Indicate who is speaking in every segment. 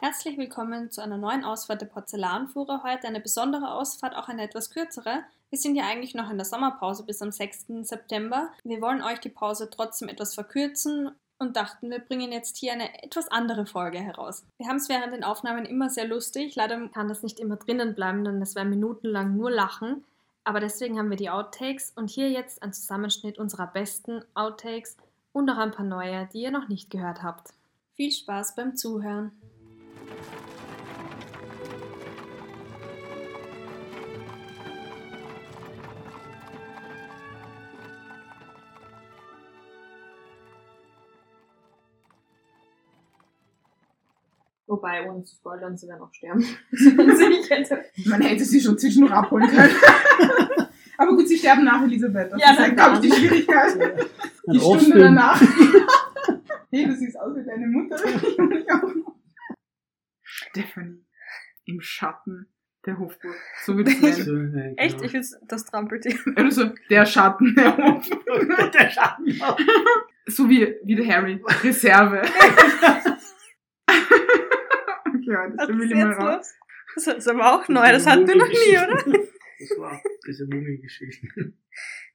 Speaker 1: Herzlich willkommen zu einer neuen Ausfahrt der Porzellanfuhre. Heute eine besondere Ausfahrt, auch eine etwas kürzere. Wir sind ja eigentlich noch in der Sommerpause bis am 6. September. Wir wollen euch die Pause trotzdem etwas verkürzen und dachten, wir bringen jetzt hier eine etwas andere Folge heraus. Wir haben es während den Aufnahmen immer sehr lustig. Leider kann das nicht immer drinnen bleiben, denn es wäre minutenlang nur Lachen. Aber deswegen haben wir die Outtakes und hier jetzt ein Zusammenschnitt unserer besten Outtakes und auch ein paar neue, die ihr noch nicht gehört habt. Viel Spaß beim Zuhören.
Speaker 2: Wobei, ohne zu spoilern, sie werden auch sterben. ich hätte.
Speaker 3: Man hätte sie schon zwischendurch abholen können. Aber gut, sie sterben nach Elisabeth. Das
Speaker 2: Ja,
Speaker 3: ja, ist,
Speaker 2: dann
Speaker 3: glaube ich, die Schwierigkeit. Die Stunde danach. hey, du siehst aus wie deine Mutter. Stephanie, im Schatten der Hofburg. So wird es
Speaker 4: Also,
Speaker 3: nennen.
Speaker 4: genau.
Speaker 2: Echt? Ich will das Trampeltier.
Speaker 3: Oder so, der Schatten der Hofburg.
Speaker 4: der Schatten.
Speaker 3: So wie, wie der Harry. Reserve. okay, ja, das
Speaker 2: Was
Speaker 3: will
Speaker 2: ist
Speaker 3: ich mal
Speaker 2: jetzt
Speaker 3: raus.
Speaker 2: los? Das ist aber auch neu, das hatten wir noch nie, oder?
Speaker 4: Das war diese Mumie-Geschichte.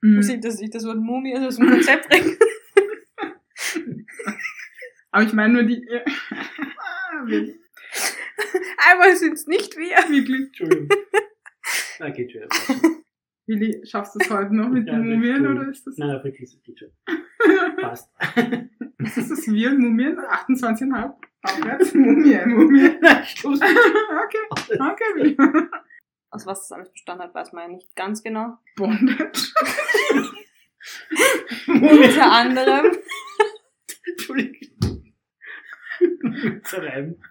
Speaker 3: Mhm.
Speaker 2: Muss ich das, ich das Wort Mumie also aus dem Konzept bringen?
Speaker 3: Aber ich meine nur die...
Speaker 2: Ah,
Speaker 3: Wirklich.
Speaker 2: Einmal sind es nicht wir.
Speaker 3: Wirklich.
Speaker 4: Entschuldigung. Na, geht schon.
Speaker 3: Willi, schaffst du es heute noch mit
Speaker 4: Ja,
Speaker 3: den
Speaker 4: wird
Speaker 3: Mumien
Speaker 4: cool.
Speaker 3: oder ist das,
Speaker 4: Nein, wirklich, geht schon. Passt.
Speaker 3: ist das wir und Mumien? 28,5? Abwärts? Mumie, Mumie. okay, okay, Willi.
Speaker 2: Aus Also was das alles bestanden hat, weiß man ja nicht ganz genau.
Speaker 3: Bondage.
Speaker 2: Unter anderem.
Speaker 4: Entschuldigung. Zerreiben.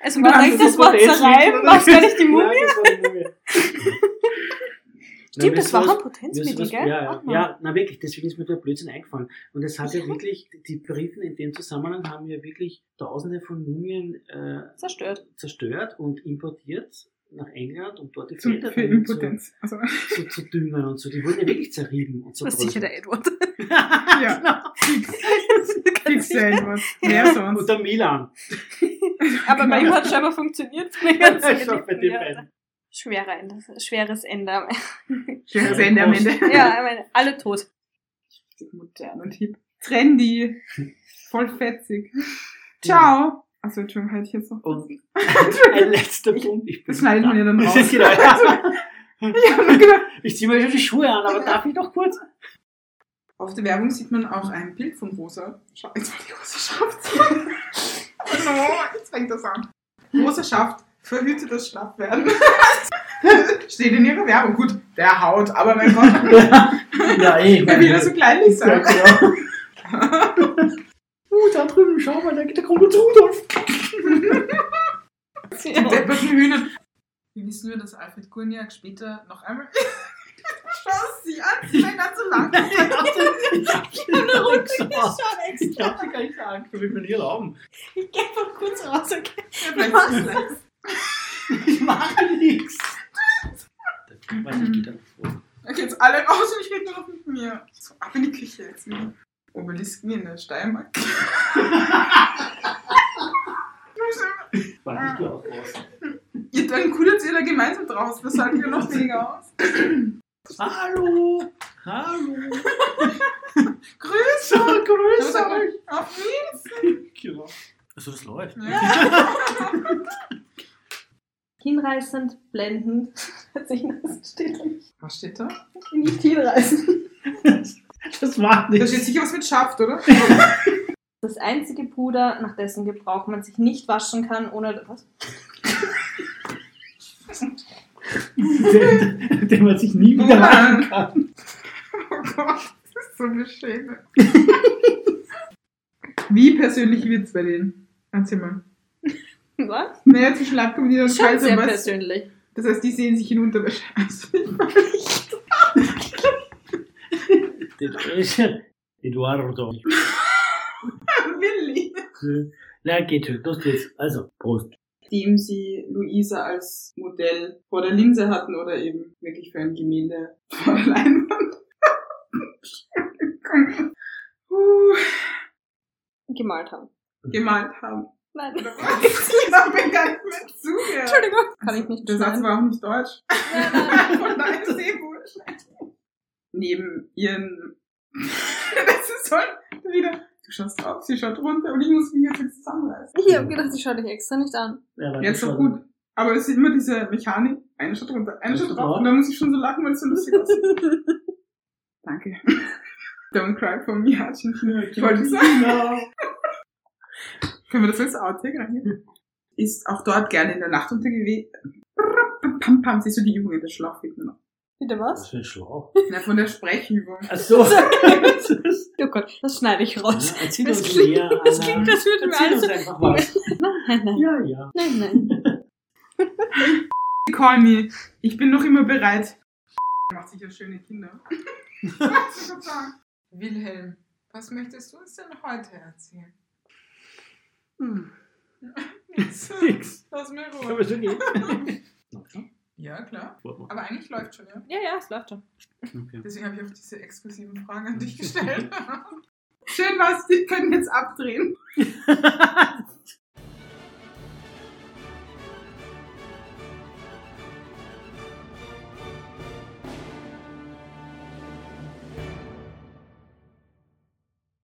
Speaker 2: Also man denkt das Wort zerreiben, was gar nicht die Mumie.
Speaker 4: Nein, das war die Mumie. Nein,
Speaker 2: Stimmt, das
Speaker 4: wisst
Speaker 2: war
Speaker 4: ihr
Speaker 2: ein
Speaker 4: was-
Speaker 2: Potenzmittel,
Speaker 4: wisst ihr was-
Speaker 2: gell?
Speaker 4: Ja, ja,
Speaker 2: Ach man.
Speaker 4: ja, na wirklich, deswegen ist mir der Blödsinn eingefallen. Und es hat ja, wirklich, die Briten in dem Zusammenhang haben ja wirklich tausende von Mumien äh,
Speaker 2: Zerstört.
Speaker 4: zerstört und importiert nach England, um dort die
Speaker 3: Zum,
Speaker 4: Väter
Speaker 3: für
Speaker 4: drin zu,
Speaker 3: Impotenz. Also,
Speaker 4: zu, zu düngen und so. Die wurden ja wirklich zerrieben und
Speaker 2: Das ist sicher der
Speaker 4: zerbröselt.
Speaker 2: Edward.
Speaker 3: ja, fix irgendwas. Wer
Speaker 4: Und
Speaker 3: sonst?
Speaker 4: der Milan.
Speaker 2: Aber bei ihm hat es scheinbar funktioniert. Bei den
Speaker 4: Das
Speaker 2: ganzen
Speaker 4: ist doch bei
Speaker 2: Geliebten,
Speaker 4: den
Speaker 2: ja.
Speaker 4: beiden.
Speaker 2: Schwerer Ende, schweres Ende. am Ende.
Speaker 3: Wir sehen am Ende.
Speaker 2: Ja, ich meine, alle tot.
Speaker 3: Modern und hip. Trendy. Voll fetzig. Ciao. Also, Entschuldigung, hätte ich jetzt noch...
Speaker 4: Und ein letzter Punkt. Ich bin
Speaker 3: Das schneidet man ja dann
Speaker 4: da.
Speaker 3: raus.
Speaker 4: Genau, ja. genau.
Speaker 3: Ich hab nur gedacht,
Speaker 4: Ich ziehe mir schon die Schuhe an, aber darf ich noch kurz?
Speaker 3: Auf der Werbung sieht man auch ein Bild von Rosa. Scha jetzt war die Rosa Schaft. no, jetzt fängt das an. Rosa Schaft verhütet das Schlappwerden. Steht in ihrer Werbung. Gut, der haut, aber mein Gott,
Speaker 4: Ja, eh.
Speaker 3: er will ja so kleinlich
Speaker 4: Ja,
Speaker 3: sein.
Speaker 4: genau. Uh, da drüben, schau mal, da, da kommt uns Rudolf.
Speaker 3: Die depperten Hühner. Wir wissen nur, dass Alfred Kurniak später noch einmal... Schau sie an, sie fängt an zu lachen.
Speaker 4: Ich hab eine Runde geschaut.
Speaker 2: Schade,
Speaker 4: Ich hab sie gar nicht sagen, ich will mir hier rauben.
Speaker 2: Ich geh mal kurz raus, okay?
Speaker 3: Ja, vielleicht ist es leid.
Speaker 4: Ich mache nichts. Weiß ich, geht da nicht vor.
Speaker 3: Okay, jetzt alle raus und ich rede nur noch mit mir. So, ab in die Küche jetzt. wieder. Obelisken in der Steiermark.
Speaker 4: Weiß ich, du auch raus.
Speaker 3: ihr, dann kudert ihr da gemeinsam draus. Das sagt ihr noch weniger aus.
Speaker 4: Hallo! Hallo!
Speaker 3: Grüße!
Speaker 4: So,
Speaker 3: Dann
Speaker 4: grüß
Speaker 3: sagt man, Auf Wien!
Speaker 4: Genau. Also das läuft.
Speaker 3: Ja.
Speaker 1: Hinreißend, blendend. Tatsächlich, das steht
Speaker 3: Was steht da? Da
Speaker 1: nicht hinreißend.
Speaker 4: Das macht
Speaker 3: steht sicher was mit Schaft, oder?
Speaker 1: Das einzige Puder, nach dessen Gebrauch man sich nicht waschen kann, ohne. Was?
Speaker 4: Den, den man sich nie wieder machen kann.
Speaker 3: Oh Gott, das ist so beschämend. Wie persönlich wird's bei denen? Erzähl mal.
Speaker 2: Was?
Speaker 3: Naja, zwischen Landkomödie und
Speaker 1: Schon
Speaker 3: Kaiser.
Speaker 1: sehr
Speaker 3: was-
Speaker 1: persönlich.
Speaker 3: Das heißt, die sehen sich in Unterwäsche.
Speaker 4: Den Escher. Eduardo.
Speaker 3: Willi!
Speaker 4: Na, geht schon. Los geht's. Also, Prost.
Speaker 3: dem sie Luisa als Modell vor der Linse hatten oder eben wirklich für ein Gemälde vor der Leinwand. Entschuldigung. Puh,
Speaker 2: Gemalt haben.
Speaker 3: gemalt haben.
Speaker 1: Nein.
Speaker 3: Oder was? Ich habe Genau, gar nicht mehr zugehört.
Speaker 1: Entschuldigung. Kann ich nicht
Speaker 3: Der Satz
Speaker 1: schneiden.
Speaker 3: war auch nicht deutsch.
Speaker 1: Nein, nein.
Speaker 3: Von daher ist eh wurscht. Neben ihren... das ist schon wieder... Du schaust drauf, sie schaut runter und ich muss mich jetzt zusammenreißen.
Speaker 1: Ich habe gedacht, ich schaue dich extra nicht an.
Speaker 4: Ja, weil
Speaker 3: Jetzt
Speaker 4: das
Speaker 3: so
Speaker 4: war-
Speaker 3: gut. Aber es ist immer diese Mechanik, eine schaut runter, eine
Speaker 4: Eine
Speaker 3: schaut
Speaker 4: schaut
Speaker 3: drauf
Speaker 4: drauf.
Speaker 3: und dann muss ich schon so lachen, weil es so lustig ist. Danke. Don't cry for me, Arjun. Ich wollte sagen. Können wir das als Outtake rein? Ist auch dort gerne in der Nacht untergewe- Pam, pam, siehst du die Übung in der Schlauch hinten noch?
Speaker 1: Bitte
Speaker 4: Was
Speaker 1: was?
Speaker 4: für ein Schlauch.
Speaker 3: Na, von der Sprechübung.
Speaker 4: Ach so. Das ist-
Speaker 1: Oh Gott, das schneide ich raus.
Speaker 4: Ja, Erzähl
Speaker 1: Das
Speaker 4: uns
Speaker 1: klingt-
Speaker 4: mehr.
Speaker 1: Das
Speaker 4: Anna.
Speaker 1: klingt, als würden wir
Speaker 4: Erzähl uns
Speaker 1: alles...
Speaker 4: einfach was.
Speaker 1: Nein, nein,
Speaker 4: Ja, ja.
Speaker 1: nein, nein.
Speaker 3: Call me. Ich bin noch immer bereit. Macht sicher schöne Kinder.
Speaker 2: Guten Tag. Wilhelm, was möchtest du uns denn heute erzählen?
Speaker 4: Hm.
Speaker 2: Nix.
Speaker 4: Nix.
Speaker 2: Lass mir
Speaker 4: Kann
Speaker 2: Ruhe.
Speaker 4: man so gehen. Okay.
Speaker 2: Ja, klar.
Speaker 4: Warte mal.
Speaker 2: Aber eigentlich läuft schon, ja.
Speaker 1: Ja, ja, es läuft schon.
Speaker 4: Okay.
Speaker 2: Deswegen habe ich auch diese exklusiven Fragen an dich gestellt.
Speaker 3: Schön was, die können jetzt abdrehen.